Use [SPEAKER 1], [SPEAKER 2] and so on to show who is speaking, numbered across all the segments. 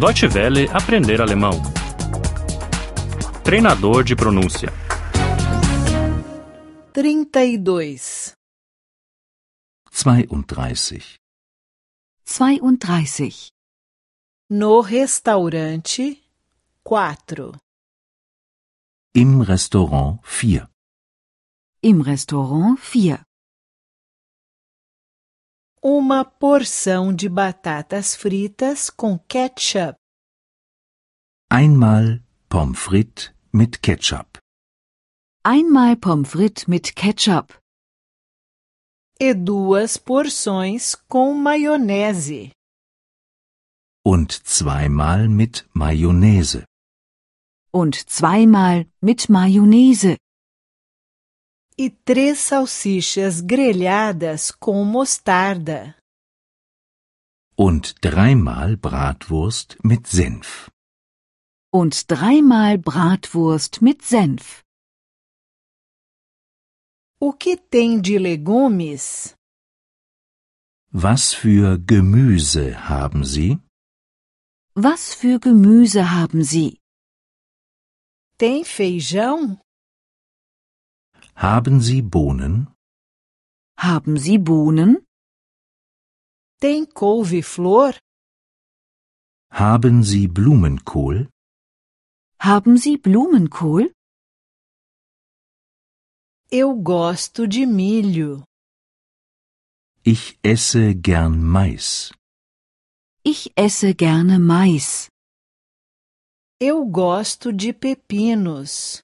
[SPEAKER 1] Deutsche Welle aprender alemão. Treinador de pronúncia.
[SPEAKER 2] 32.
[SPEAKER 3] 32.
[SPEAKER 4] 32.
[SPEAKER 2] No restaurante 4.
[SPEAKER 3] Im Restaurant 4.
[SPEAKER 4] Im Restaurant 4.
[SPEAKER 2] Uma porção de batatas fritas com ketchup.
[SPEAKER 3] Einmal Pommes frites mit Ketchup.
[SPEAKER 4] Einmal Pommes frites mit Ketchup
[SPEAKER 2] E duas porções com maionese.
[SPEAKER 3] Und zweimal mit Mayonnaise.
[SPEAKER 4] und zweimal mit Mayonnaise
[SPEAKER 2] E três salsichas grelhadas com mostarda.
[SPEAKER 3] Und dreimal Bratwurst mit Senf.
[SPEAKER 4] und dreimal Bratwurst mit Senf.
[SPEAKER 2] O que tem de legumes?
[SPEAKER 3] Was für Gemüse haben Sie?
[SPEAKER 4] Was für Gemüse haben Sie?
[SPEAKER 2] Tem feijão?
[SPEAKER 3] Haben Sie Bohnen?
[SPEAKER 4] Haben Sie Bohnen?
[SPEAKER 2] Tem couve-flor?
[SPEAKER 3] Haben Sie Blumenkohl?
[SPEAKER 4] Haben Sie Blumenkohl?
[SPEAKER 2] Eu gosto de milho.
[SPEAKER 3] Ich esse gern Mais.
[SPEAKER 4] Ich esse gerne Mais.
[SPEAKER 2] Eu gosto de pepinos.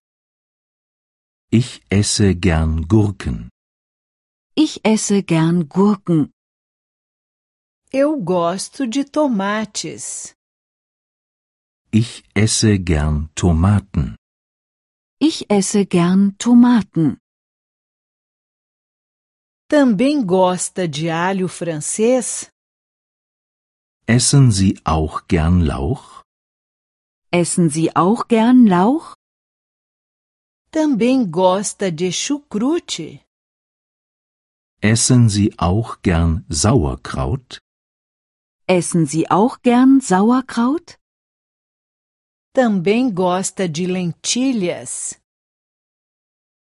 [SPEAKER 3] Ich esse gern Gurken.
[SPEAKER 4] Ich esse gern Gurken.
[SPEAKER 2] Eu gosto de tomates.
[SPEAKER 3] Ich esse gern Tomaten.
[SPEAKER 4] Ich esse gern Tomaten.
[SPEAKER 2] Também gosta de alho francês?
[SPEAKER 3] Essen Sie auch gern Lauch?
[SPEAKER 4] Essen Sie auch gern Lauch?
[SPEAKER 2] Também gosta de chucrute?
[SPEAKER 3] Essen Sie auch gern Sauerkraut?
[SPEAKER 4] Essen Sie auch gern Sauerkraut?
[SPEAKER 2] Também gosta de lentilhas?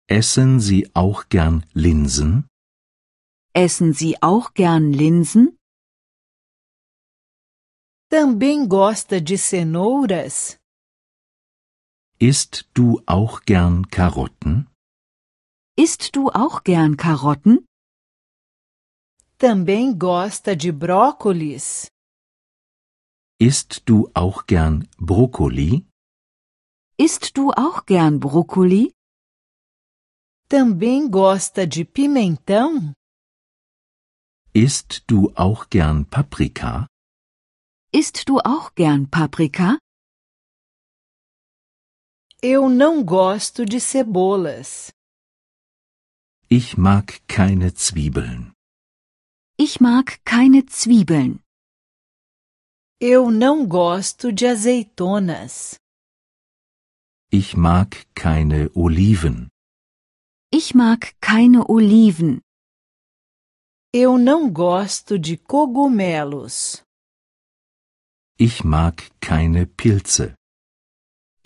[SPEAKER 3] Essen Sie auch gern Linsen?
[SPEAKER 4] Essen Sie auch gern Linsen?
[SPEAKER 2] Também gosta de cenouras?
[SPEAKER 3] Isst du auch gern Karotten?
[SPEAKER 4] Isst du auch gern Karotten?
[SPEAKER 2] Também gosta de brócolis?
[SPEAKER 3] Isst du auch gern Brokkoli?
[SPEAKER 4] Isst du auch gern Brokkoli?
[SPEAKER 2] Também gosta de pimentão?
[SPEAKER 3] Isst du auch gern Paprika?
[SPEAKER 4] Isst du auch gern Paprika?
[SPEAKER 2] Eu não gosto de cebolas.
[SPEAKER 3] Ich mag keine Zwiebeln.
[SPEAKER 4] Ich mag keine Zwiebeln.
[SPEAKER 2] Eu não gosto de azeitonas.
[SPEAKER 3] Ich mag keine Oliven.
[SPEAKER 4] Ich mag keine Oliven.
[SPEAKER 2] Eu não gosto de cogumelos.
[SPEAKER 3] Ich mag keine Pilze.